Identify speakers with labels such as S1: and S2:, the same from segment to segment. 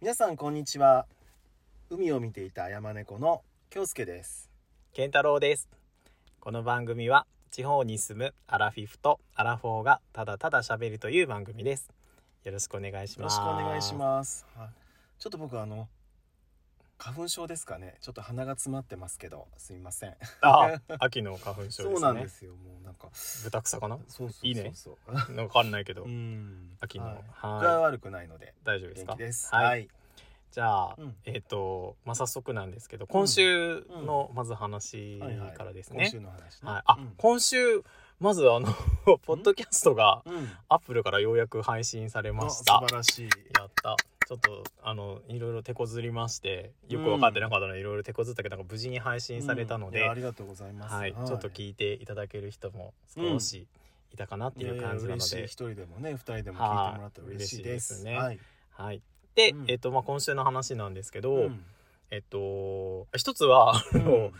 S1: 皆さんこんにちは海を見ていた山猫の京介です
S2: 健太郎ですこの番組は地方に住むアラフィフとアラフォーがただただ喋るという番組ですよろしくお願いし
S1: よろ
S2: ま
S1: し
S2: す
S1: くお願いしますはいちょっと僕あの花粉症ですかねちょっと鼻が詰まってますけどすみません
S2: すあ秋の花粉症ですね
S1: そうなんですよもうなんか
S2: 豚草かな
S1: そうそうそうい
S2: いいね
S1: そう
S2: わかんないけど、
S1: うん
S2: 秋の
S1: は
S2: はいい、
S1: 僕は悪くないので
S2: 大丈夫です
S1: 元気
S2: か
S1: です
S2: はい、
S1: はい
S2: じゃあ、
S1: うん
S2: えっ、とまあ早速なんですけど今週のまず話
S1: はいはい
S2: からですね、
S1: 今週の話ね
S2: はい、あ、
S1: うん
S2: 今週まずあの ポッドキャストが
S1: うん
S2: アップルからようやく配信されま
S1: あ
S2: し
S1: 素
S2: た。
S1: 晴らしい
S2: やった。ちょっとあのいろいろ手こずりましてよく分かってなかったので、いろいろ手こずったけどなんか無事に配信されたの
S1: うんい
S2: で、
S1: やありがとうございます
S2: はい、ちょっと聞いていただける人も少しいたかなっていう感じなの
S1: いやいや嬉しい
S2: で
S1: 一、人でもね二人でも聞いてもらったら嬉しいです
S2: はい嬉しいですね
S1: はい
S2: はい。で、
S1: うん
S2: えっとまあ今週の話なんですけど、
S1: うん
S2: えっと一つは あの、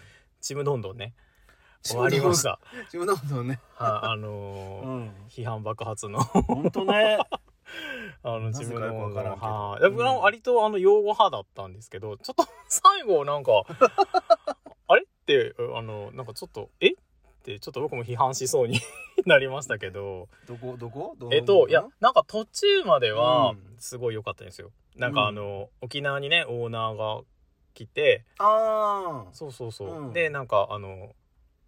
S2: チームどんどんね終わりま した。
S1: 自分のことね
S2: はい、あのー
S1: うん
S2: 批判爆発の
S1: 本当ね
S2: あの
S1: なぜ
S2: 自
S1: か
S2: 分の
S1: よくわからんけど
S2: はいいや僕は
S1: うん
S2: 割とあの用語派だったんですけど、ちょっと最後なんか あれってあのなんかちょっとえってちょっと僕も批判しそうに なりましたけど
S1: どこどこどの
S2: えっといやなんか途中まで
S1: う
S2: は
S1: ん
S2: すごい良かったんですよ。なんかあの、沖縄にねオーナーが来て
S1: ああ
S2: そうそうそう、
S1: うん
S2: でなんかあの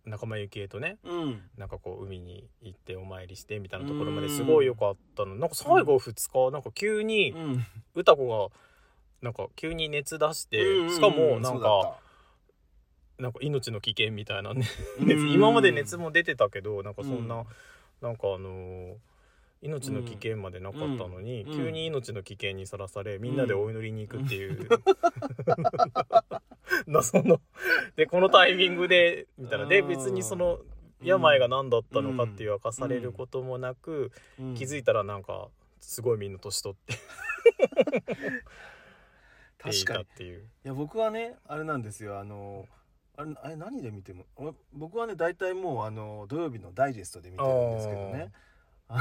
S2: 仲間由紀恵とね
S1: うん
S2: なんかこう海に行ってお参りしてみたいなところまですごい良かったの、なんか最後2日なんか急に、
S1: うん
S2: 歌子がなんか急に熱出して、
S1: うんうん
S2: しかもな
S1: そ
S2: ん
S1: うだ
S2: か
S1: っ
S2: なんか命の危険みたいなね、
S1: た
S2: 今まで熱
S1: うん
S2: も出てたけどなんかそんな、
S1: うん
S2: なんかあのー命の危険までなかったのに、
S1: うん
S2: 急に命の危険にさらされみんなでお祈りに行くっていう、 謎のでこのタイミングでみたいなで
S1: うん
S2: 別にその病が何だったのかっていう明かされることもなく、
S1: うん
S2: 気づいたらなんかすごいみんな年取ってい
S1: 確か
S2: た
S1: に
S2: っ
S1: い
S2: ていう。
S1: や僕はねあれなんですよあのあれあれ何で見てもお僕はね大体もうあの土曜日のダイジェストで見てるんですけどねあの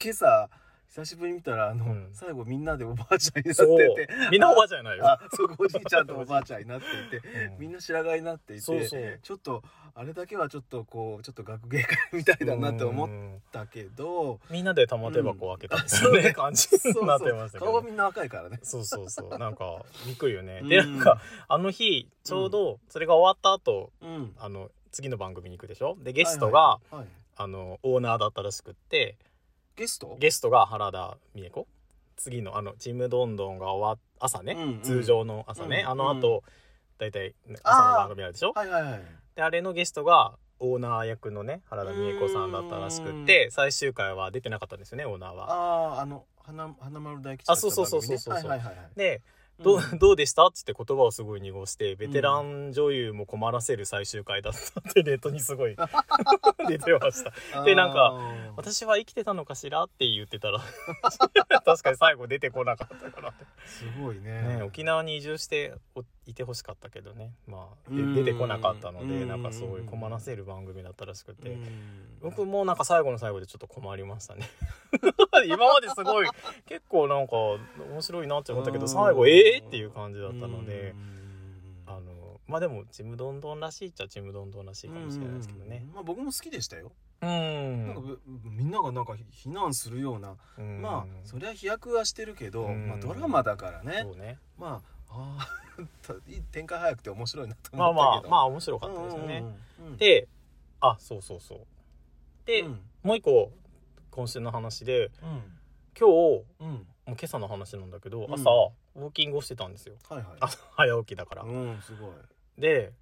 S1: 今朝久しぶりに見たらあの、
S2: うん
S1: 最後みんなでおばあちゃんになって
S2: そう
S1: て
S2: みんなおばあちゃんじゃないよ
S1: あそうおじいちゃんとおばあちゃんになっていて
S2: うん
S1: みんな白髪になっていて
S2: そうそう
S1: ちょっとあれだけはちょっとこうちょっと学芸会みたいだなって思っ
S2: うん
S1: たけど、
S2: みんなで玉手箱を開けたんですよね、感じに なってましたけ
S1: 顔が
S2: ど
S1: みんな赤いからね。
S2: そうそうそうなんか びっくりよね、
S1: う
S2: でなんか、あの日ちょうどそれが終わった後
S1: うん、
S2: あの次の番組に行くでしょでゲストが、
S1: はい、
S2: あのオーナーだったらしくって
S1: ゲスト
S2: ゲストが原田美恵子次のあの「ちむどんどん」が終わっ朝ね、
S1: うんうん
S2: 通常の朝ね、
S1: うん
S2: あのあと、大体朝の番組あるでしょ
S1: はいはいはい。
S2: であれのゲストがオーナー役のね原田美恵子さんだったらしくって最終回は出てなかったんですよねオーナー
S1: あ
S2: は。
S1: ああの花花丸大吉
S2: あそうそうそうそうそう
S1: はいはいはいはい。
S2: で「どう,、
S1: ん
S2: どうでした?」っつって言葉をすごい濁してベテラン女優も困らせる最終回だったってネットに すごい出てました。 でなんか
S1: あー
S2: 私は生きてたのかしらって言ってたら 確かに最後出てこなかったからって
S1: すごいね。
S2: ね沖縄に移住しておいてほしかったけどねまあ
S1: うん
S2: で出てこなかったので
S1: うん
S2: なんかすごい困らせる番組だったらしくて。
S1: うん
S2: 僕もなんか最後の最後でちょっと困りましたね 今まですごい結構なんか面白いなって思ったけ
S1: う
S2: ど
S1: ん
S2: 最後ええっていう感じだったので
S1: うん
S2: あのまあでもちむどんどんらしいっちゃちむどんどんらしいかもしれないですけどね
S1: うんまあ僕も好きでしたよ。
S2: うん
S1: なんかぶみんながなんか非難するような
S2: うん
S1: まあそりゃ飛躍はしてるけど、
S2: うん
S1: まあ、ドラマだからね
S2: そうね
S1: ま ああーいい展開早くて面白いなと
S2: まあま
S1: 思った
S2: あ
S1: けど
S2: まあ面白かったですよね、
S1: うんうんうん、
S2: であそうそうそうで、
S1: うん
S2: もう一個今週の話で
S1: うん
S2: 今日も
S1: うん
S2: う今朝の話なんだけど
S1: うん
S2: 朝、ウォーキングをしてたんですよ
S1: はいはい
S2: 朝早起きだから、
S1: うんすごい
S2: で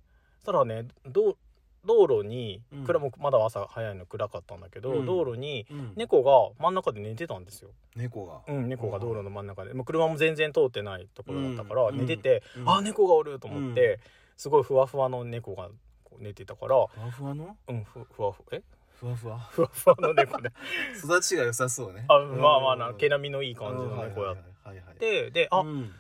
S2: そしたらね道道路に
S1: うん
S2: 暗もまだ朝早いの暗かったんだけど、
S1: うん
S2: 道路に
S1: うん
S2: 猫が真ん中で寝てたんですよ、
S1: 猫が
S2: うん、猫が道路の真ん中で、まあ、車も全然通ってないところだったから、
S1: うん
S2: 寝てて、
S1: うん
S2: あ猫がおると思って、すごいふわふわの猫がこう寝てたから、
S1: ふわふわの
S2: うん、ふふわふえ
S1: ふわふわ
S2: ふわふわの猫 で
S1: 育ちが良さそうね
S2: あまあまあな毛
S1: な
S2: 並みのいい感じの猫やっ
S1: はいはい
S2: て、であ、
S1: うん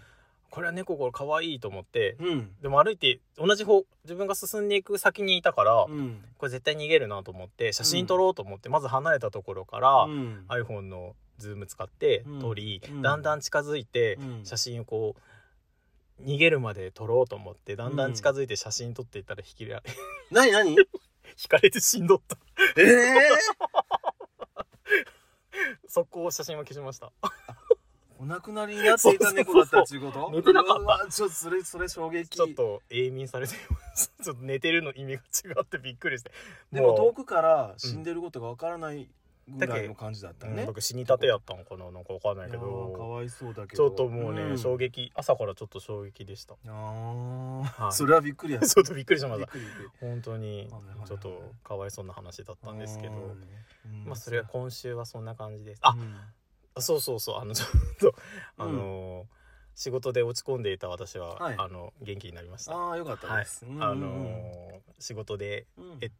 S2: これは猫が可愛いと思って、
S1: うん
S2: でも歩いて同じ方自分が進んでいく先にいたから、
S1: うん
S2: これ絶対逃げるなと思って写真撮ろうと思って、まず離れたところから、
S1: うん
S2: iPhone のズーム使って
S1: うん
S2: 撮り、
S1: うん
S2: だんだん近づいて
S1: うん
S2: 写真をこう逃げるまで撮ろうと思ってだんだん近づいて写真撮っていったら引きら
S1: 何何
S2: 引かれて死んどった
S1: ええ
S2: 速攻写真は消しました
S1: お亡くなりになっていた猫だったっていうこと
S2: そうそうそう寝てなかった
S1: うわちょっとそれそれ衝撃
S2: ちょっと永眠されてます ちょっと寝てるの意味が違ってびっくりして
S1: でも遠
S2: う
S1: くから死んでることがわからないぐらいの感じだった
S2: うん
S1: ね
S2: 僕死にたてやったのかななんかわかんないけ
S1: いやーか
S2: ど
S1: わいそうだけ
S2: ちょ
S1: ど
S2: っともうね、
S1: ん
S2: 衝撃朝からちょっと衝撃でした
S1: あー、
S2: はい
S1: それはびっくりや
S2: ちょっとびっくりしま
S1: びっ
S2: し
S1: たくりびっくり
S2: 本当に
S1: はいはいはい
S2: ちょっとかわいそうな話だったんですけど、
S1: うん
S2: まあそれは今週はそんな感じですあ、
S1: うん
S2: そうそうそうあのちょっと
S1: う
S2: あ
S1: ん
S2: のー、仕事で落ち込んでいた私は、
S1: はい
S2: あの元気になりました
S1: ああよかったです、うん
S2: あのー仕事で
S1: うん
S2: え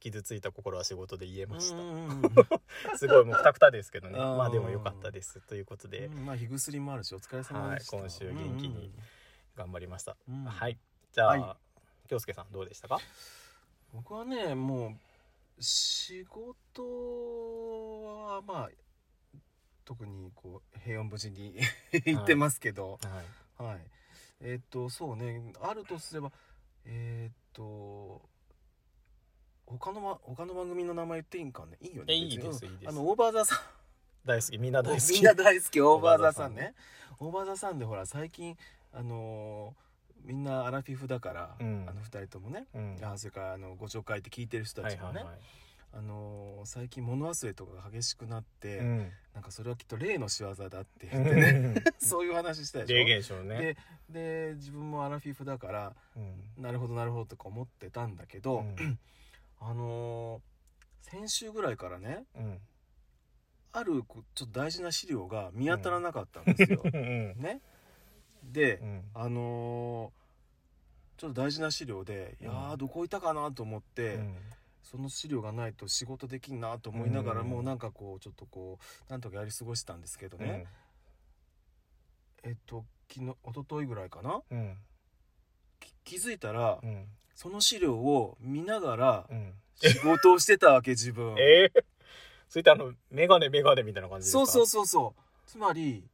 S2: 傷ついた心は仕事で言えまし
S1: うん
S2: た
S1: うんうん
S2: すごいもうくたくたですけどね
S1: あー
S2: まあでも良かったですということで
S1: うんまあ日薬もあるしお疲れ様でした、
S2: はい今週元気に頑張りました、
S1: うんうんうん
S2: はいじゃあ、
S1: は
S2: 京介さんどうでしたか
S1: 僕はねもう仕事はまあ特にこう平穏無事に 行ってますけど、
S2: はい
S1: はいえっとそうねあるとすればえっと他のま他の番組の名前言っていいんかねいいよね
S2: えいい
S1: 別に
S2: ですいいです
S1: あのオーバーザさん
S2: 大好きみんな大好き
S1: みんな大好きオ
S2: オ
S1: ー
S2: ー
S1: バ
S2: バ
S1: ー
S2: ー
S1: ザ
S2: ザ
S1: さ
S2: さ
S1: ん
S2: ん
S1: ねオーバーザさんでほら最近あのーみんなアラフィフだから、
S2: うん
S1: あの二人ともね
S2: うん
S1: あそれからあのご紹介って聞いてる人た
S2: は
S1: ち
S2: い
S1: もね、
S2: はいはい、
S1: あのー最近物忘れとかが激しくなって、
S2: うん
S1: なんかそれはきっと霊の仕業だって
S2: う
S1: 言ってね、
S2: ん
S1: そういう話したでしょ
S2: 霊現象ね。
S1: でで自分もアラフィフだから
S2: うん
S1: なるほどなるほどとか思ってたんだけど、あのー先週ぐらいからね
S2: うん
S1: あるこうちょっと大事な資料が見当たらなかったんですよ。
S2: うん
S1: ね、で、
S2: うん
S1: あのーちょっと大事な資料で、いやーどこいたかなと思って。その資料がないと仕事できんなと思いながら、
S2: うん
S1: もうなんかこうちょっとこうなんとかやり過ごしたんですけどね、えっと昨日一昨日ぐらいかな
S2: うんうん
S1: き気づいたら、
S2: うん
S1: その資料を見ながら
S2: うん
S1: 仕事をしてたわけ自分
S2: えーそれってあのメガネメガネみたいな感じです
S1: そ
S2: か
S1: うそうそうそうつまり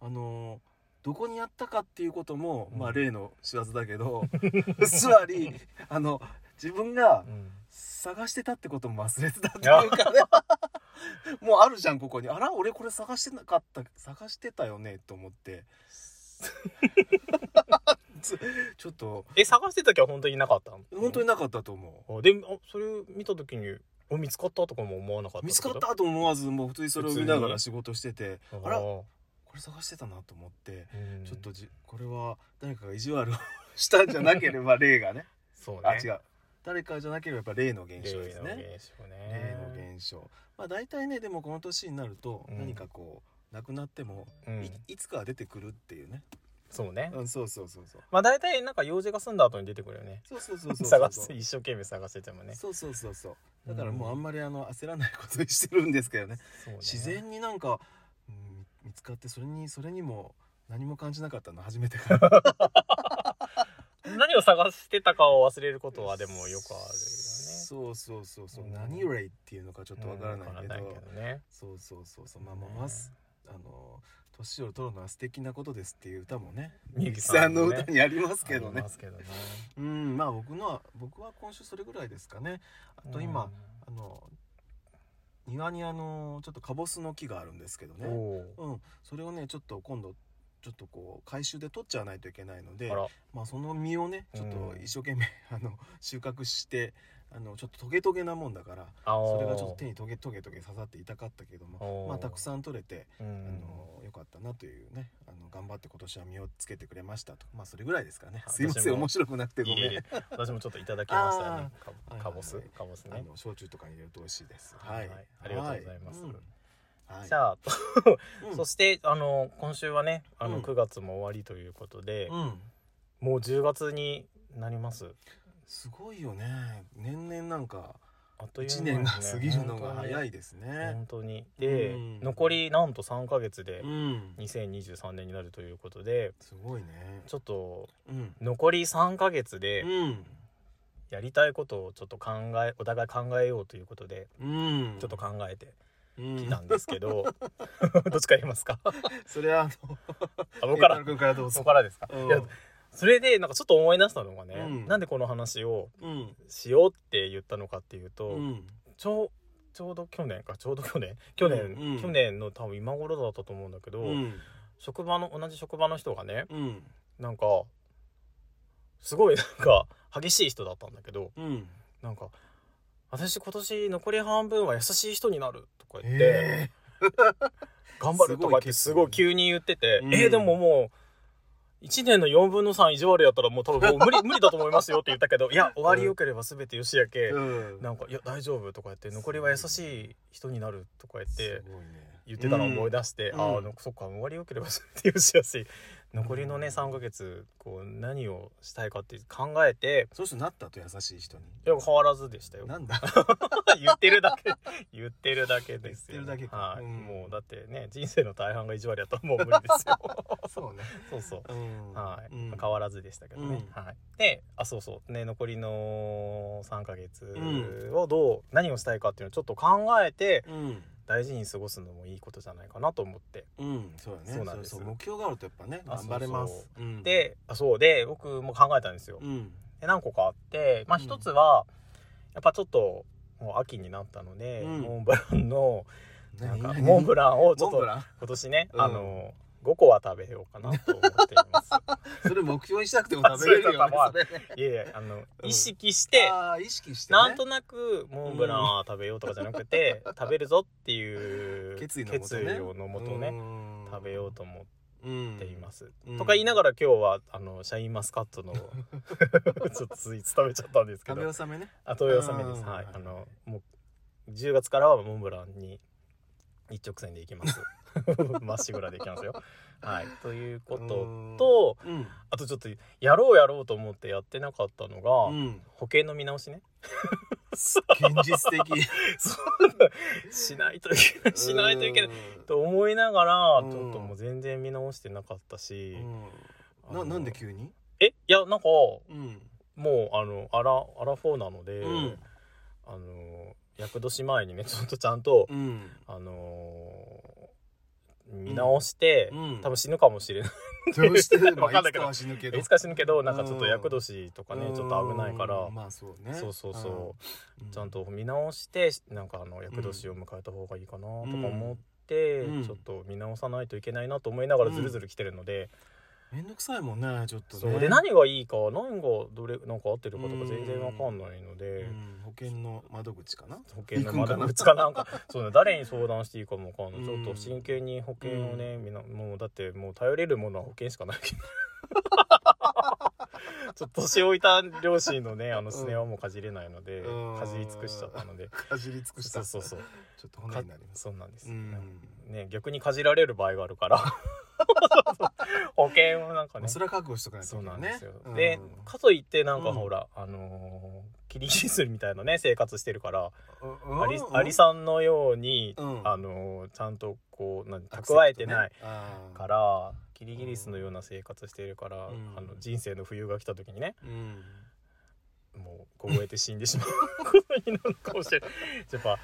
S1: あのーどこにやったかっていうことも、
S2: うん
S1: まあ例の仕業だけ どつまりあの自分が
S2: うん
S1: 探してたってことも忘れてたっていうかね もうあるじゃんここにあら俺これ探してなかった探してたよねと思って つちょっと
S2: え探してた時は本当にいなかったの
S1: 本当になかったと思
S2: あであそれを見た時にお見つかったとかも思わなかっ
S1: う
S2: た
S1: 見つかったと思わずもう普通にそれを見ながら仕事しててあ
S2: あ
S1: ら
S2: ら、
S1: こ
S2: う
S1: れ探してたなと思って
S2: ん
S1: ちょっとじこれは誰かが意地悪をしたんじゃなければ例がね
S2: そうね
S1: あ違う誰かじゃなければやっぱ例の現象ですね
S2: 霊の現象
S1: 例
S2: ね
S1: の現象まあ大体ねでもこの年になると
S2: うん
S1: 何かこうなくなっても
S2: うん
S1: いいつかは出てくるっていうね、
S2: そうね
S1: うん、そうそうそうそう
S2: まあ大体なんか用事が済んだ後に出てくるよね
S1: そうそうそうそう
S2: 探して一生懸命探しててもね
S1: そうそうそうそうだからもうあんまりあの焦らないことにしてるんですけどね
S2: そうね
S1: 自然になんか、うん見つかってそれにそれにも何も感じなかったの初めてから
S2: 何を探してたかを忘れることはでもよくあるよね。
S1: そうそうそうそう、
S2: うん
S1: 何レイっていうのかちょっとわからないけど,、
S2: うんわからない
S1: そうそうそうそう
S2: けどね。
S1: まあまあまず、あの年を取るのは素敵なことですっていう歌もね
S2: みゆ
S1: ゆ
S2: き
S1: きさ
S2: さん
S1: んの
S2: の
S1: 歌
S2: ね
S1: にありますけど
S2: あり
S1: ね
S2: ますけどね。
S1: うんまあ僕のは僕は今週それぐらいですかねあと今、あの庭にあのちょっとカボスの木があるんですけど
S2: うん、
S1: ね
S2: おー
S1: うんそれをねちょっと今度ちょっとこう回収で取っちゃわないといけないので
S2: あら、
S1: まあその実をねちょっと
S2: うん
S1: 一生懸命 あの収穫してあのちょっとトゲトゲなもんだから
S2: あ
S1: それがちょっと手
S2: に、
S1: にトゲトゲトゲ刺さって痛かったけども
S2: おー
S1: まあたくさん取れて
S2: う
S1: あ
S2: ん、
S1: のよかったなというねあの頑張って今年は実をつけてくれましたとまあそれぐらいですかね
S2: あ
S1: すいま
S2: 私
S1: せん
S2: も
S1: 面白くなくてご
S2: いえ
S1: め
S2: い
S1: ん
S2: え私もちょっといただきましたね。
S1: あー
S2: かかぼす
S1: はいはい
S2: かぼす
S1: あ
S2: ね。
S1: の焼酎とかに入れると美味しいですはい
S2: はいありがとうございます
S1: はうんはい
S2: じゃあ、
S1: うん
S2: そしてあの今週はねあ
S1: うん
S2: の9月も終わりということで、
S1: うん
S2: もう10月になります。
S1: すごいよね年々なんか
S2: あっという
S1: 1
S2: 間
S1: 年が
S2: です
S1: 過
S2: ね
S1: ぎるのが
S2: 本当に
S1: 早いですね
S2: 本当にで、
S1: うん
S2: 残りなんと3ヶ月で
S1: うん
S2: 2023年になるということで
S1: すごいね
S2: ちょっと
S1: うん
S2: 残り3ヶ月で
S1: うん
S2: やりたいことをちょっと考えお互い考えようということで
S1: うん
S2: ちょっと考えて
S1: うん
S2: なんですけど、 どっちから言いますか
S1: それはあのケン
S2: あ僕から
S1: タロウ君からどう
S2: そ
S1: ぞ
S2: こからですか、
S1: うん
S2: いやそれでなんかちょっと思い出したのがね、
S1: うん
S2: なんでこの話を
S1: うん
S2: しようって言ったのかっていうと、
S1: うん
S2: ちょうちょうど去年かちょうど去年去年、
S1: うん
S2: 去年の多分今頃だったと思うんだけど、
S1: うん
S2: 職場の同じ職場の人がね
S1: うん
S2: なんかすごいなんか激しい人だったんだけど
S1: うん
S2: なんか「私今年残り半分は優しい人になる」とか言って。
S1: え
S2: 頑張るとかってす
S1: す
S2: ご
S1: ご
S2: い
S1: い
S2: 急に言ってて、
S1: うん
S2: えーでももう1年の4分の3意地悪やったらもう多分もう無理 無理だと思いますよって言ったけどいや終わりよければ全てよしやけ、
S1: えうん
S2: なんか「いや大丈夫」とか言って「残りは優しい人になる」とか言って
S1: すごいね
S2: 言ってたのを思い
S1: うん
S2: 出して、
S1: うん
S2: あ
S1: うん
S2: あなんかそっか終わりよければ全てよしやし残りのね3ヶ月こう何をしたいかって考えて
S1: そうするとなったと優しい人に
S2: いや変わらずでしたよ。
S1: なんだ
S2: 言ってるだけ言ってるだけですよ、
S1: 言ってるだけか
S2: はい、
S1: うん
S2: もうだってね人生の大半が意地悪やったらもう無理ですよ
S1: そうね
S2: そうそ
S1: う
S2: う
S1: ん
S2: はい、
S1: うん
S2: 変わらずでしたけどね、
S1: う
S2: はいであそうそうね残りの3ヶ月
S1: う
S2: をどう、何をしたいかっていうのをちょっと考えて
S1: うん
S2: 大事に過ごすのもいいことじゃないかなと思って
S1: うんそうだね
S2: そうなんです
S1: そうそう目標があるとやっぱね
S2: あ
S1: 頑張れま
S2: そう
S1: すうん
S2: であそうで僕も考えたんですよ、
S1: うん
S2: で何個かあってまあ
S1: うん
S2: 一つは、やっぱちょっともう秋になったので、
S1: うん
S2: モンブランのなん
S1: 何
S2: か
S1: 何
S2: モンブランをちょ
S1: モンブ
S2: っと
S1: ラン
S2: 今年ね、
S1: うん
S2: あの5個は食べようかなと思ってい ます
S1: それ目標にしなくても食べれる よね
S2: あ
S1: それね
S2: いやいやあの、
S1: うん
S2: 意識して
S1: ああ意識してね
S2: なんとなくモンブランは食べようとかじゃなくて、食べるぞってい う
S1: 決意のもとね
S2: 決意をのもとね、
S1: うん
S2: 食べようと思っていますす、
S1: うん
S2: とか言いながら今日はあのシャインマスカッ トの ちょっとスイーツ食べちゃったんですけ
S1: 食べ
S2: ど
S1: 納めね
S2: あとよさめです、
S1: うん
S2: はいあのもう10月からはモンブランに一直線でいき ますまっしぐらでいきますよはいということと、
S1: うん
S2: あとちょっとやろうやろうと思ってやってなかったのが、
S1: うん
S2: 保険の見直 しね
S1: 現実的
S2: そうしないといけない しないといけない、
S1: うん
S2: と思いながら、
S1: うん
S2: ちょっともう全然見直してなかったし、あ
S1: な
S2: の
S1: なんで急に
S2: えいやなんかも
S1: うん
S2: うあのアラアラフォーなので、
S1: うん
S2: あの厄年前にねちょっとちゃんと、
S1: うん
S2: あのー見直して、
S1: うん
S2: 多分死ぬかもしれない、
S1: どうして
S2: わかんないけど
S1: まあいつかは死ぬけど
S2: いつか死ぬけどなんかちょっと
S1: うん
S2: 厄年とかね、ちょっと危ないから、
S1: うんまあそうね
S2: そうそうそう、
S1: うん
S2: ちゃんと見直してなんかあの厄年を迎えた方がいいかなとか思って、
S1: うん
S2: ちょっと見直さないといけないなと思いながらずるずる来てるので、
S1: めんどくさいもんねちょっとね
S2: そうで何がいいか何がどれなんか合ってるかとか全然わかんないの
S1: う
S2: で、
S1: ん保険の窓口かな
S2: 保険の
S1: 行くんかな
S2: 窓口かなんかそうね誰に相談していいかもわかんない、
S1: うん
S2: ちょっと真剣に保険をねみんなもうだってもう頼れるものは保険しかないけど。 ちょっと年老いた両親のねあのスネはもうかじれないので、
S1: うん
S2: かじり尽くしちゃったので、
S1: かじり尽くし
S2: そ
S1: た
S2: うそうそう
S1: ちょっと骨になります
S2: そうなんです、
S1: うん
S2: ね逆にかじられる場合があるから 保険をなんか
S1: ま
S2: ね
S1: あそれは覚悟しとかないと
S2: そう
S1: いけな
S2: な
S1: い
S2: ん
S1: ね
S2: ですよ、
S1: うん
S2: でかといってなんか
S1: うん
S2: ほら、あのー、キリギリスみたいなね生活してるか
S1: う
S2: ら、
S1: ん
S2: アリアリさんのように、
S1: うん、
S2: あのーちゃんとこうなん蓄えてないからら、キリギリスのような生活してるから、
S1: うん
S2: あの人生の冬が来た時にね
S1: うん、
S2: もう凍えて死んで しまうことになるかもしれないやっぱ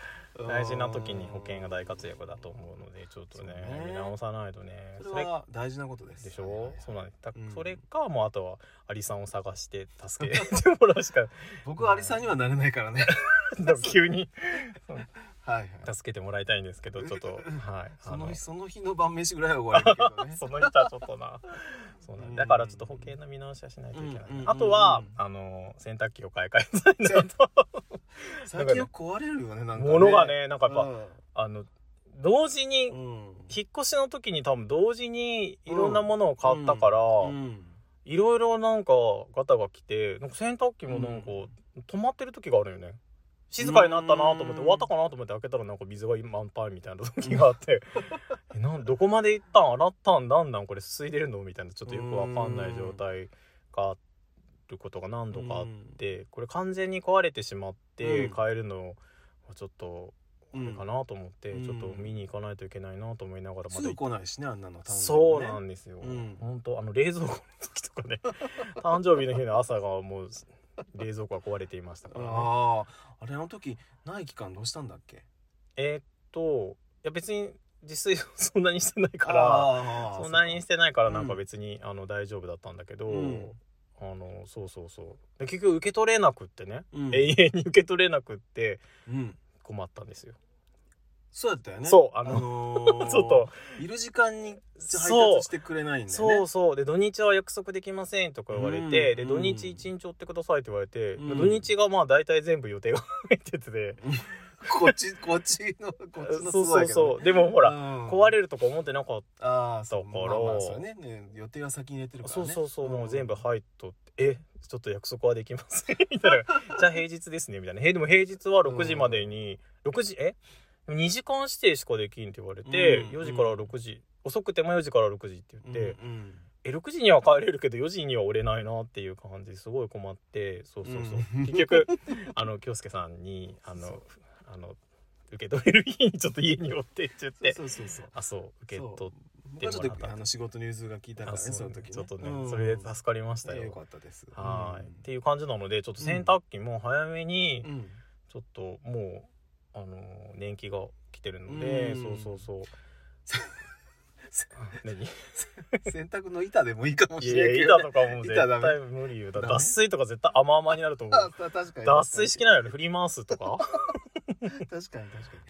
S2: 大事な時に保険が大活躍だと思うのでちょっとね
S1: そうね
S2: 見直さないとね
S1: それは大事なことです
S2: でしょそうなんですた
S1: うん
S2: それかもうあとはアリさんを探して助 け てもらうしか
S1: 僕はアリさんにはなれないから ね
S2: でも急 に
S1: はいはい
S2: 助けてもらいたいんですけどちょっとはい
S1: その
S2: あ
S1: 日その日の晩飯ぐらいは終われるけどね
S2: その人はちょっ となそうなん
S1: うん
S2: だからちょっと保険の見直しはしないといけない
S1: うんうん
S2: あとは
S1: うん
S2: あの洗濯機を買い替えたいなと
S1: 最近よく壊れるよね なんか
S2: 物がねなんかやっぱ
S1: うん
S2: あの同時に
S1: うん
S2: 引っ越しの時に多分同時にいろんなものを買ったから、
S1: うん
S2: いろいろなんかガタが来てなんか洗濯機もなんか止まってる時があるよね静かになったなと思って
S1: うん
S2: 終わったかなと思って開けたらなんか水が満杯みたいな時があって えなんどこまで行ったん洗ったんなんなんこれすすいでるのみたいなちょっとよくわかんない状態があることが何度かあって、これ完全に壊れてしまって
S1: うん
S2: 変えるのはちょっと
S1: うん
S2: かなと思って、
S1: うん
S2: ちょっと見に行かないといけないなと思いながらますだ
S1: ぐ来ないしねあんなの頼で
S2: そうな
S1: もね
S2: んですよ、
S1: うん
S2: 本当あの冷蔵庫の時とかね 誕生日の日の朝がもう冷蔵庫が壊れていましたから、ね、
S1: あああれあの時ない期間どうしたんだっけ
S2: えーっとや別に自炊をそんなにしてないから
S1: ら
S2: そんなにしてないからなんか
S1: うん
S2: 別に、あの大丈夫だったんだけど、
S1: うん
S2: あのそうそうそうで結局受け取れなくってね、
S1: うん
S2: 永遠に受け取れなくって
S1: うん
S2: 困ったんですよ。
S1: そうだったよね
S2: そうあの
S1: のー
S2: ちょっと
S1: いる時間に配
S2: そう
S1: 達してくれないんだよね
S2: そうそうで土日は約束できませんとか言われて、
S1: うん
S2: で
S1: うん
S2: 土日一日追ってくださいって言われて、
S1: うん
S2: 土日がまあ大体全部予定が入ってて
S1: こっちこっちのこっちの
S2: そうそうそうでもほ
S1: ほ
S2: ら、壊れるとか思ってなかっ
S1: ああそう
S2: だ
S1: ま
S2: か
S1: あ
S2: ら
S1: まあそうねね予定が先に入れてる
S2: た、
S1: から
S2: そ
S1: ね
S2: うそうそう、
S1: ん
S2: もう全部入っとってえちょっと約束はできませんみたいな じゃあ平日ですねみたいなえでも平日は6時までに、6時え2時間指定しかできんって言われて、
S1: うん
S2: 4時から6時遅くても4時から6時って言って、
S1: うん
S2: え6時には帰れるけど4時には折れないなっていう感じですごい困ってそうそうそう、
S1: うん
S2: 結局あの京介さんにあのあの受け取れる日にちょっと家におってって言っ
S1: うん
S2: て
S1: そうそうそう
S2: あそう受け取っ
S1: 僕はちょっとあの仕事の融通が効いた
S2: た
S1: からね
S2: あ
S1: そうの時ね
S2: ちょっとね、
S1: うん
S2: それで助かりました
S1: いや
S2: よ
S1: よかったです
S2: はーい、
S1: うん
S2: っていう感じなのでちょっと洗濯機も早めに
S1: うん
S2: ちょっともうあの年季が来てるので、
S1: うん
S2: そうそう そう
S1: せ
S2: あ 何
S1: 洗濯の板でもいいかも
S2: い
S1: しれな
S2: や
S1: い
S2: い
S1: け
S2: や
S1: ど
S2: 板とかもう絶
S1: 板ダメ
S2: 対無理よだっ
S1: ダ
S2: て
S1: メ
S2: 脱水とか絶対甘々になると思う
S1: あた確かに
S2: 脱水しき
S1: な
S2: ないよね振り回す とか
S1: 確かに確か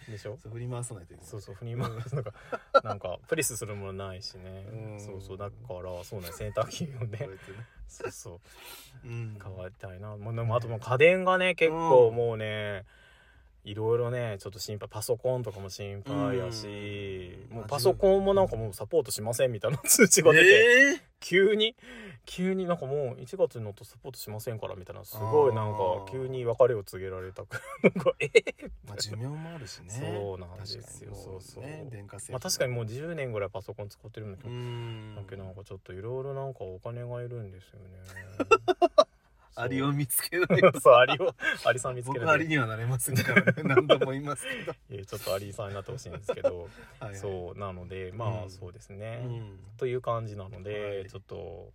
S1: に
S2: でしょ
S1: そう振り回さないといけない
S2: そうそう振り回 すとかなんかプレスするものないしね
S1: うん
S2: そうそうだからそうね洗濯機を
S1: こうや
S2: ね
S1: ってね
S2: そうそう
S1: うん
S2: 変わりたいなもうでもあともう家電がね結構もうねいろいろねちょっと心配パソコンとかも心配やし
S1: うん
S2: もうパソコンもなんかもうサポートしませんみたいな通知が出て
S1: えー
S2: 急に急になんかもう1月になるとサポートしませんからみたいなすごいなんか
S1: あー
S2: 急に別れを告げられたくなんかえ
S1: まあ寿命もあるしね。
S2: そうなんですよ
S1: 確かにも
S2: そうそう
S1: ね、電化製品。
S2: まあ確かにもう10年ぐらいパソコン使ってるんだけ
S1: う
S2: ど、
S1: ん。
S2: だけどなんかちょっといろいろなんかお金がいるんですよね
S1: アリを見つけない。
S2: そう アリをアリさん見つけ
S1: 僕
S2: ら
S1: ア
S2: れ
S1: リ
S2: て
S1: にはなれませんから ね。何度も言いますけど。
S2: いやちょっとアリさんになってほしいんですけど
S1: はいはい
S2: そうなのでま
S1: う
S2: あ
S1: ん
S2: そうですね、
S1: うん。
S2: という感じなので、
S1: はい
S2: ちょっと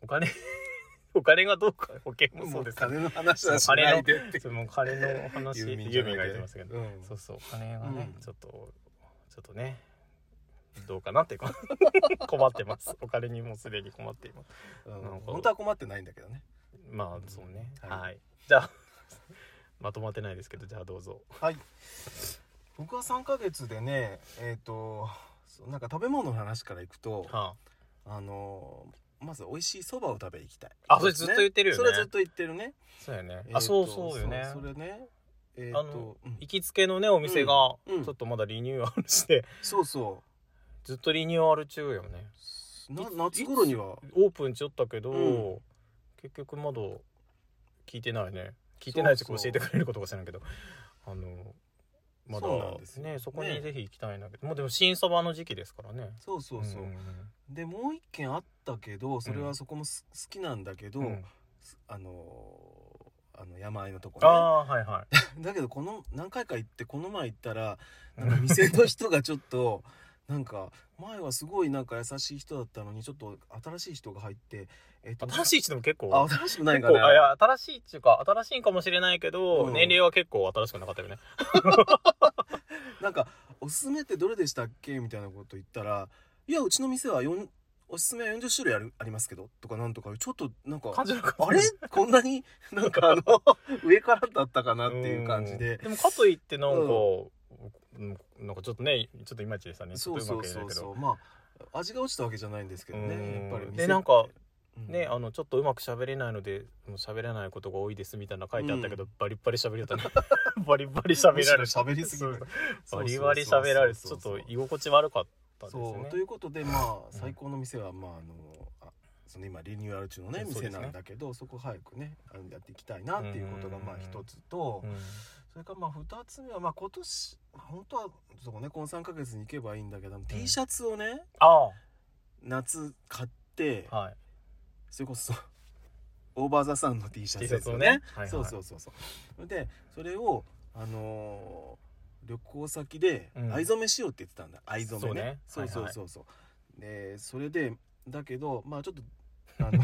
S2: お金 お金がどうか保険も
S1: も
S2: そう
S1: う
S2: ですけど
S1: 金の話はしないでって。
S2: それも彼 の話ユ
S1: じゃ
S2: ー
S1: な
S2: ミ
S1: い
S2: ン
S1: で
S2: が言ってましたけど、
S1: うん
S2: そうそうお金がね、
S1: うん
S2: ちょっとちょっとねどうかなっていうか 困ってますお金にもうすでに困っています
S1: うん
S2: なんか
S1: 本当は困ってないんだけどね。
S2: まあそうね
S1: はい
S2: はい、じゃあまとまってないですけどじゃあどうぞ
S1: はい。僕は三ヶ月でね、えっ、と、そうなんか食べ物の話からいくと、
S2: は
S1: あのーまず美味しいそばを食べに行きたい。
S2: あそれずっと言ってるよね
S1: それはずっと言ってるね。
S2: あそうやね、
S1: えー
S2: あ
S1: と
S2: そうそうよね
S1: そうそれね。え
S2: あ
S1: っ
S2: の
S1: と、うん
S2: 行きつけのねお店が
S1: うんうん
S2: ちょっとまだリニューアルして、
S1: そうそう。
S2: ずっとリニューアル中よね
S1: ない
S2: つ
S1: 夏頃には
S2: オープンしよったけど、
S1: うん
S2: 結局まだ聞いてないね聞いてないと
S1: そ
S2: 教
S1: うそう
S2: えてくれることか知らんけどあのまだ
S1: そうなんですよ
S2: ねそこ
S1: ね
S2: にぜひ行きたいんだけど、もうでも新そばの時期ですからね
S1: そうそうそう、
S2: んん
S1: でもう一軒あったけどそれはそこもす、好きなんだけど、
S2: うんうん
S1: すあのーあの山あいのとこ
S2: あ
S1: ね
S2: あはいはい
S1: だけどこの何回か行ってこの前行ったらなんか店の人がちょっとなんか前はすごいなんか優しい人だったのにちょっと新しい人が入ってえっ、と
S2: 新しい位置でも結構
S1: あ新しくないんか
S2: 結
S1: ね
S2: 構あいや新しいっていうか新しいんかもしれないけど、
S1: うん
S2: 年齢は結構新しくなかったよね
S1: なんか「おすすめってどれでしたっけ?」みたいなこと言ったら「いやうちの店はよんおすすめは40種類あるありますけど」とかなんとかちょっとなんか
S2: 感じなかった
S1: あれこんなになんかあの上からだったかなっていう感じで
S2: うん。でもかといってなんか、
S1: う
S2: うんなんかちょっとねちょっといまいちでしたねち
S1: そ
S2: ょっ
S1: う
S2: とう
S1: そ
S2: ま
S1: うそ
S2: く言えないうけ
S1: そ
S2: ど
S1: うまあ味が落ちたわけじゃないんですけど
S2: うん
S1: ねやっぱり店って
S2: でなんか
S1: うん
S2: ねあのちょっとうまく喋れないのでもう喋れないことが多いですみたいなの書いてあったけど、
S1: うん
S2: バリバリ喋れたね バリバリ喋られ
S1: む
S2: る
S1: しろ喋りすぎる
S2: バリバリ喋られてちょっと
S1: い
S2: 居心地悪かったです
S1: そ
S2: ね
S1: うということでまあ
S2: うん
S1: 最高の店はまああのあその今リニューアル中のね
S2: そうで
S1: 店
S2: すね
S1: なんだけどそこ早くねあのやっていきたいなっていうことがまあ
S2: うん
S1: 一つと
S2: うん
S1: それからまあ二つ目はまあ今年本当はそこねこの3ヶ月に行けばいいんだけどあの T シャツをね
S2: あ
S1: 夏買って
S2: あはい
S1: それこそオーバーザさんの T シャツ
S2: T シャ
S1: で
S2: ツ
S1: す
S2: を
S1: よ
S2: ね
S1: ね。
S2: はいはい
S1: そうそうそうそう。でそれをあのー旅行先で
S2: うん
S1: 藍染めしようって言ってたんだ。藍染めね。
S2: そ
S1: そうう
S2: ね
S1: そ
S2: はいうはい
S1: そうそう。でそれで だけどまあちょっとあの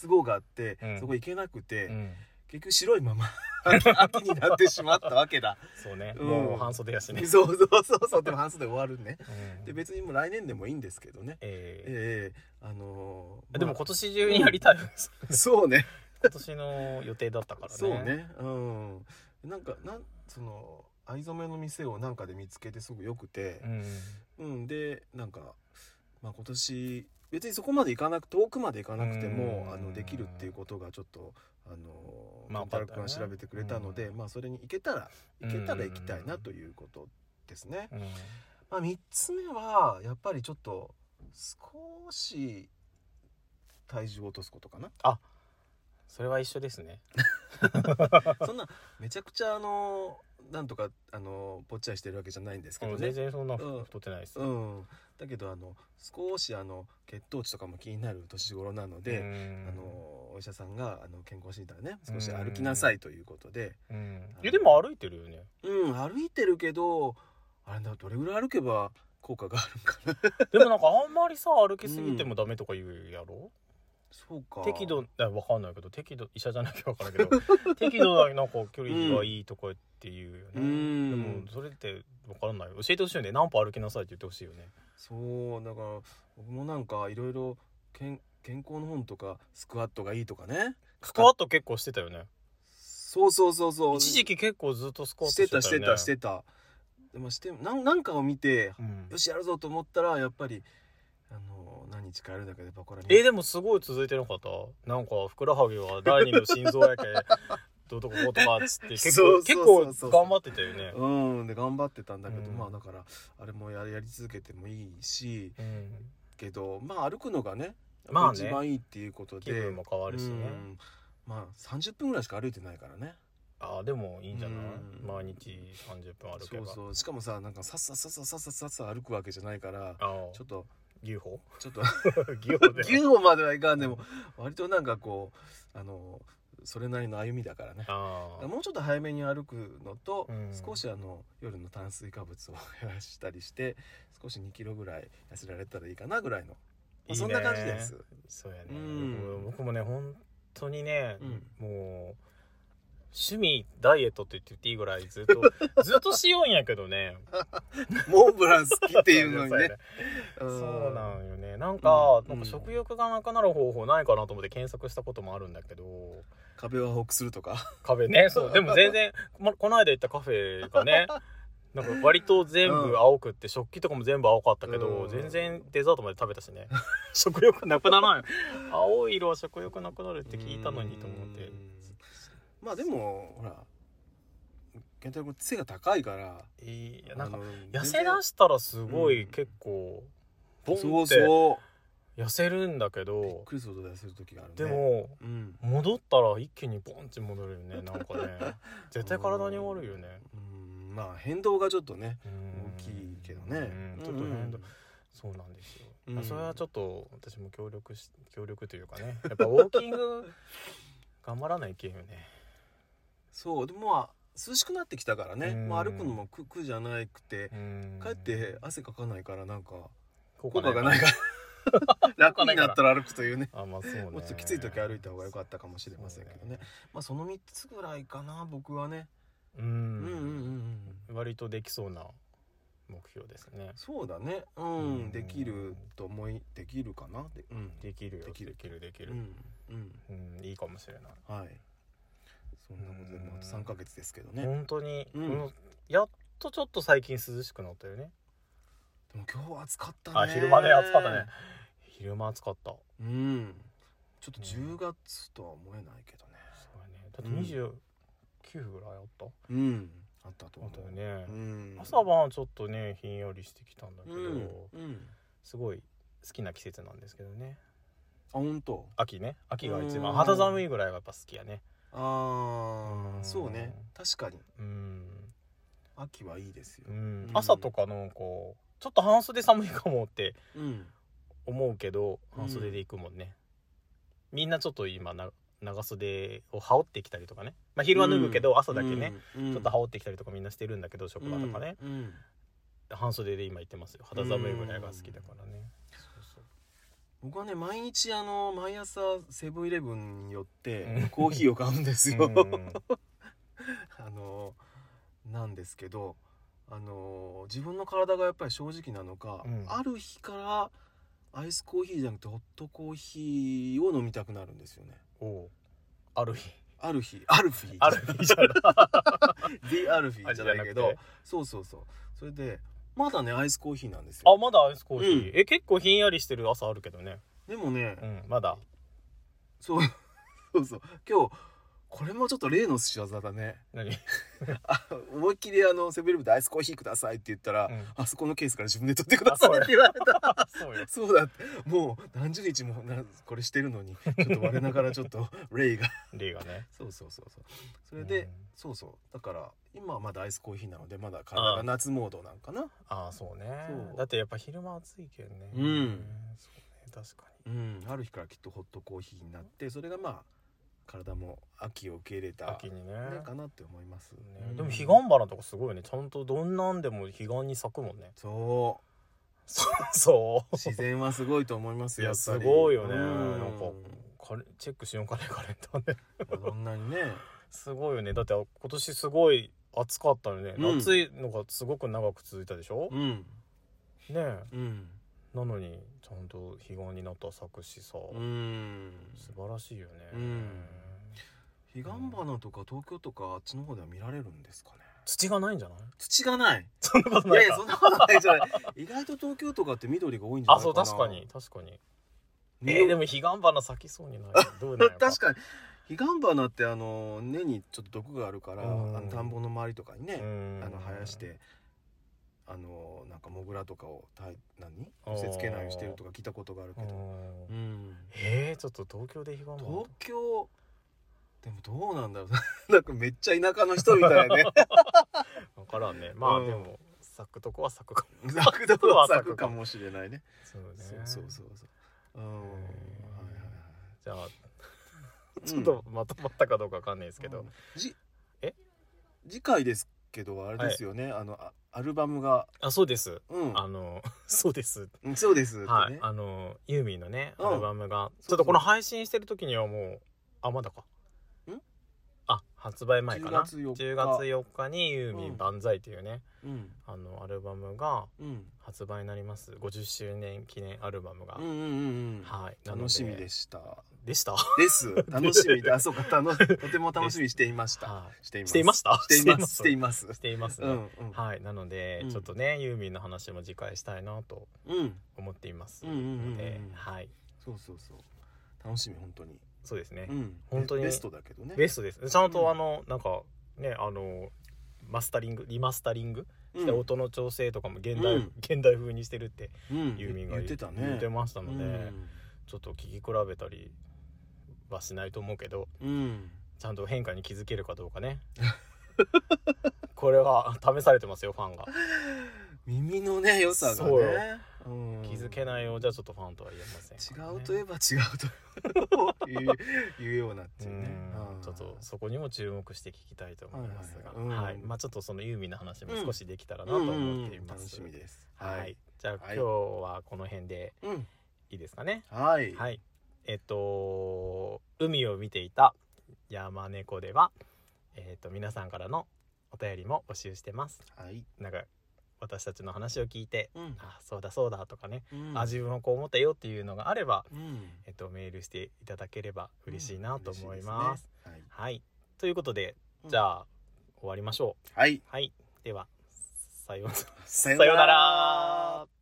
S1: 都合があって、
S2: うん
S1: そこ行けなくて、
S2: うん
S1: 結局白いまま 秋になってしまったわけだ
S2: そうね、
S1: うん
S2: もう半袖やしね、
S1: そうそうそうそうでも半袖終わるね
S2: うん
S1: で別にもう来年でもいいんですけどねえ
S2: ええ
S1: えあのー
S2: でも
S1: ま
S2: 今年中にやりたいです
S1: あそうね
S2: 今年の予定だったからね
S1: そうねうんなんかなんその藍染めの店をなんかで見つけてすごくよくて
S2: う、ん
S1: うんでなんか、まあ、今年別にそこまで行かなく遠くまで行かなくても
S2: うん
S1: あのできるっていうことがちょっとあの
S2: まあ
S1: コンタル君
S2: よ
S1: が
S2: かった
S1: 調
S2: よね
S1: べてくれたので、
S2: う
S1: まあ、それに行けたら行けたら行きたいなということですね。
S2: うん
S1: まあ、3つ目はやっぱりちょっと少し体重を落とすことかな
S2: それは一緒ですね
S1: そんなめちゃくちゃあのなんとかあのぽっちゃりしてるわけじゃないんですけど
S2: うん
S1: ね
S2: 全然そんな
S1: うん
S2: 太ってないです、
S1: うん、だけどあの少しあの血糖値とかも気になる年頃なので、
S2: うん
S1: あのお医者さんがあの健康診断ね少し歩きなさいということで、
S2: うんいやでも歩いてるよね
S1: うん歩いてるけどあれだどれぐらい歩けば効果があるんかな
S2: でもなんかあんまりさ歩きすぎてもダメとか言うやろ、
S1: そうか
S2: 適度あわかんないけど適度医者じゃなきゃわからんけ ど適度ななんか距離がいいとかって言うよね、
S1: うん
S2: でもそれってわからない教えてほしいよね何歩歩きなさいって言ってほしいよね
S1: そうだから僕もなんかいろいろ健健康の本とかスクワットがいいとかね
S2: スクワット結構してたよね
S1: そうそうそうそう
S2: 一時期結構ずっとスクワッ
S1: し
S2: ト
S1: てたして
S2: よね
S1: たしてたでもしてなんなんかを見て
S2: うん
S1: よしやるぞと思ったらやっぱりあの何日かやるだけでバコラ
S2: えーでもすごい続いてなかったなんかふくらはぎは第二の心臓やけどうとかこうとかっつって結
S1: そう
S2: 構
S1: そ
S2: 結
S1: うそうそう
S2: 構頑張ってたよね、
S1: うんで頑張ってたんだけど、
S2: うん
S1: まあだからあれもややり続けてもいいし
S2: うん、
S1: けどまあ歩くのがね
S2: まあ
S1: 一
S2: ね
S1: 番いいっていうこと
S2: 気
S1: で、
S2: 分も変わるしね、
S1: うんまあ30分ぐらいしか歩いてないからね
S2: ああでもいいんじゃない、
S1: うん
S2: 毎日30分歩け
S1: そう
S2: ば
S1: そうしかもさなんかさっさっさっさっさっさっさ歩くわけじゃないから
S2: ああ
S1: ちょっと
S2: 牛歩
S1: ちょっと
S2: 牛歩で
S1: 牛歩まではいかんでも割となんかこうあのそれなりの歩みだからね
S2: ああ
S1: もうちょっと早めに歩くのと、
S2: うん
S1: 少しあの夜の炭水化物を減らしたりして少し2キロぐらい痩せられたらいいかなぐらいの、まあ
S2: いいね
S1: そんな感じです。
S2: そうやね、
S1: うん
S2: 僕僕もね本当にね、
S1: うん
S2: もう趣味ダイエットって言っていいぐらいず っとずっとしようんやけどね
S1: モンブラン好きっていうのに
S2: そう
S1: ね
S2: やね。
S1: ん
S2: そうなんよねなんか,、
S1: うん
S2: なんか食欲がなくなる方法ないかなと思って検索したこともあるんだけど
S1: 壁はホークするとか。
S2: 壁ねそうでも全然、ま、この間行ったカフェ がねなんか割と全部青くって、食器とかも全部青かったけど、
S1: うん
S2: 全然デザートまで食べたし ね食欲なくならない青い色は食欲なくなるって聞いたのにと思って
S1: うんまあでもほら健太郎君背が高いから
S2: いやなんか
S1: あの
S2: 痩せ出したらすご
S1: う
S2: い
S1: ん
S2: 結構ボ
S1: 全然そ
S2: ン
S1: う
S2: って
S1: そう
S2: 痩せるんだけど、
S1: びっくりするほど痩せる時があるね。
S2: でも
S1: うん、
S2: 戻ったら一気にボンって戻るよねなんかね絶対体に悪いよね
S1: うん、まあ変動がちょっとね
S2: うん
S1: 大きいけどね
S2: うんちょっと変動そうなんですよ、
S1: うん
S2: あそれはちょっと私も協力し協力というかねやっぱウォーキング 頑張らないけんよね
S1: そうでもまあ涼しくなってきたからね、
S2: うん
S1: まあ、歩くのも苦苦じゃなくて、
S2: うん
S1: かえって汗かかないからなんか
S2: 効
S1: 効果がない から楽になったら歩くというね
S2: あまあそうね
S1: もうちょっときつい時歩いた方が良かったかもしれませんけどねまあその3つぐらいかな僕はね、
S2: そうね
S1: う
S2: う
S1: ん、
S2: ん
S1: うんうんうん
S2: 割とできそうな目標ですね
S1: そうだねうん、
S2: うん
S1: できると思いできるかなでうん
S2: できるよ
S1: で
S2: で
S1: き
S2: き
S1: る
S2: るできるでき
S1: う
S2: る、
S1: んうん
S2: うんいいかもしれない
S1: はいそんなことでもうあと3ヶ月ですけどね、で
S2: 本当に、
S1: うん
S2: このやっとちょっと最近涼しくなったよね
S1: も今日は暑かったね
S2: あ昼間ね暑かったね昼間暑かったそ
S1: うんちょっと
S2: う
S1: 10
S2: ん
S1: 月とは思えないけどね
S2: うねだって29ぐらいあった、
S1: うんあったと
S2: あ
S1: 思
S2: った
S1: う
S2: よね
S1: う、ん
S2: 朝晩ちょっとねひんやりしてきたんだけ
S1: う
S2: ど、
S1: ん、うん、
S2: すごい好きな季節なんですけどね
S1: あ本当
S2: 秋ね秋が一
S1: う
S2: 番
S1: ん
S2: 肌寒いぐらいがやっぱ好きやね
S1: ああ
S2: うん
S1: そうね確かに
S2: うん、
S1: 秋はいいですよ
S2: うん
S1: ん
S2: 朝とかなんかちょっと半袖寒いかもって
S1: うん
S2: 思うけど
S1: うん
S2: 半袖で行くもんね、みんなちょっと今な長袖を羽織ってきたりとかね、まあ、昼は脱ぐけど朝だけね、、
S1: うんうん
S2: ちょっと羽織ってきたりとかみんなしてるんだけど職場とかね、
S1: うんうん
S2: 半袖で今行ってますよ肌寒いぐらいが好きだからね、そうそう
S1: 僕はね毎日あの毎朝セブンイレブンに寄っ
S2: う
S1: て
S2: ん
S1: コーヒーを買うんですよ、
S2: うん
S1: あのなんですけどあの自分の体がやっぱり正直なのか、
S2: うん
S1: ある日からアイスコーヒーじゃなくてホットコーヒーを飲みたくなるんですよね
S2: おうある日
S1: ある日ある 日
S2: ある日じゃ ない
S1: The アルフィーじゃないけど
S2: あじゃなくて
S1: そうそうそうそれでまだねアイスコーヒーなんです
S2: あ
S1: よ
S2: まだアイスコーヒー、
S1: うん
S2: え結構ひんやりしてる朝あるけどね
S1: でもね、
S2: うんまだ
S1: そう そうそう今日これもちょっと例の仕業だね
S2: 何、
S1: あ思いっきりあのセブンイレブンでアイスコーヒーくださいって言ったら、
S2: うん
S1: あそこのケースから自分で取ってくださいって言われた
S2: あそう よ
S1: そうだってもう何十日もなこれしてるのにちょっと我ながらちょっと レイが
S2: 例がね
S1: そうそうそうそうそれで、
S2: うん
S1: そうそうだから今はまだアイスコーヒーなのでまだ体が夏モードなんかな
S2: ああそうね
S1: そう
S2: だってやっぱ昼間暑いけんね
S1: うん
S2: そうね確か
S1: うんある日からきっとホットコーヒーになってそれがまあ体も秋を受け入れた
S2: に秋にね
S1: ねかなって思います、
S2: ね
S1: うん
S2: でも彼岸花とかすごいねちゃんとどんなんでも彼岸に咲くもんね
S1: そう
S2: そうそ
S1: 自然はすごいと思います
S2: い
S1: よ
S2: や
S1: やっぱ
S2: す
S1: り
S2: ごいよね
S1: う
S2: なんかカレチェックしようかねカレンダーね
S1: そんなにね
S2: すごいよねだって今年すごい暑かったのね、
S1: うん
S2: 夏いのがすごく長く続いたでしょ、
S1: うん
S2: ね
S1: うん
S2: えなのにちゃんと彼岸になったら咲くしさ、
S1: うん
S2: 素晴らしいよね、
S1: うん彼岸花とか東京とかあっちの方では見られるんですかね
S2: 土がないんじゃない
S1: 土がない
S2: そんなこと
S1: い
S2: な
S1: や
S2: い
S1: い
S2: か
S1: やそんなことないじゃない意外と東京とかって緑が多いんじゃ
S2: あ
S1: ないか
S2: そう
S1: な
S2: 確かに確かに
S1: ね
S2: えー、でも彼岸花咲きそうにないどうなんや ろ
S1: 確かに彼岸花ってあの根にちょっと毒があるからあ
S2: うん
S1: の田んぼの周りとかにね、
S2: うん
S1: あの生やしてあのなんかモグラとかをたい何寄せ付けないようにしてるとか聞いたことがあるけ
S2: う
S1: ど、
S2: ん
S1: うん、
S2: えー、ちょっと東京で彼岸花
S1: 東京でもどうなんだろう なんかめっちゃ田舎の人みたい ね
S2: 分からんねまあ、
S1: うん
S2: でも咲くとこは咲くかも
S1: 咲くとこは咲くかもしれないね
S2: そうね
S1: そうそうそうそううんはいはい
S2: じゃあ
S1: はい
S2: ちょっとまとまったかどうかわかんないですけど、
S1: じ
S2: え
S1: 次回ですけどあれですよね、あのあアルバムが
S2: あそうです
S1: うん
S2: あの そうです、
S1: うんそうですってね、
S2: はいあのユーミンのね
S1: うん
S2: アルバムが
S1: そう
S2: ちょっとこの配信してる時にはもうあまだか
S1: ん
S2: あ発売前かな
S1: 10月4日
S2: 10月4日にユーミ
S1: うん
S2: ン万歳っていうね、
S1: うん
S2: あのアルバムが
S1: うん
S2: 発売になります50周年記念アルバムが、
S1: うんうんうんうん
S2: はいなの
S1: 楽しみでした
S2: でした
S1: です楽しみだそうか楽しとても楽しみにしていました
S2: は
S1: してい
S2: い
S1: ます
S2: していました
S1: していますしてい
S2: ま
S1: ます
S2: すしています
S1: う
S2: ね、
S1: んうん
S2: はいなので、
S1: うん
S2: ちょっとねユーミンの話も次回したいなと
S1: うん
S2: 思っています
S1: うんうんうんうん
S2: のではい
S1: そうそうそう楽しみ本当に
S2: そうですね、
S1: うん
S2: 本当に
S1: ベベストだけどね
S2: ベストですちゃん
S1: うん
S2: とあの、なんかねあのマスタリングリマスタリング
S1: う
S2: し
S1: ん
S2: て音の調整とかも現代、
S1: うん
S2: 現代風にしてるって
S1: うん
S2: ユーミンが
S1: 言ってたね
S2: 言ってました
S1: た
S2: ので、ちょっと聴き比べたりはしないと思うけど
S1: うんうん
S2: ちゃんと変化に気づけるかどう かねこれは試されてますよファンが
S1: 耳のね良さが
S2: そうよ
S1: ねうん
S2: 気づけないようじゃちょっとファンとは言えません
S1: 違
S2: からね、
S1: うといえば違うと いういうようなっていうね
S2: う
S1: うんん
S2: ちょっとそこにも注目して聞きたいと思いますが、
S1: はい
S2: は
S1: はい
S2: い
S1: はいうん
S2: まあちょっとそのユーミンの話も少しできたらなと思っていま
S1: 楽
S2: す、
S1: しみです
S2: はい、じゃあ今
S1: はい
S2: 日はこの辺で
S1: うん
S2: いいですかね
S1: はい
S2: はい、えっと海を見ていた山猫ではえっと皆さんからのお便りも募集してます
S1: はい
S2: なんか私たちの話を聞いて
S1: うん
S2: あそうだそうだとかね、
S1: うん
S2: あ自分はこう思ったよっていうのがあれば、
S1: うん
S2: えっと、メールしていただければ嬉しいなと思います。
S1: 嬉しいですね
S2: はいということで
S1: うん
S2: じゃあ、終わりましょう。
S1: はいはい
S2: はいではさようなら。
S1: さ
S2: さようなら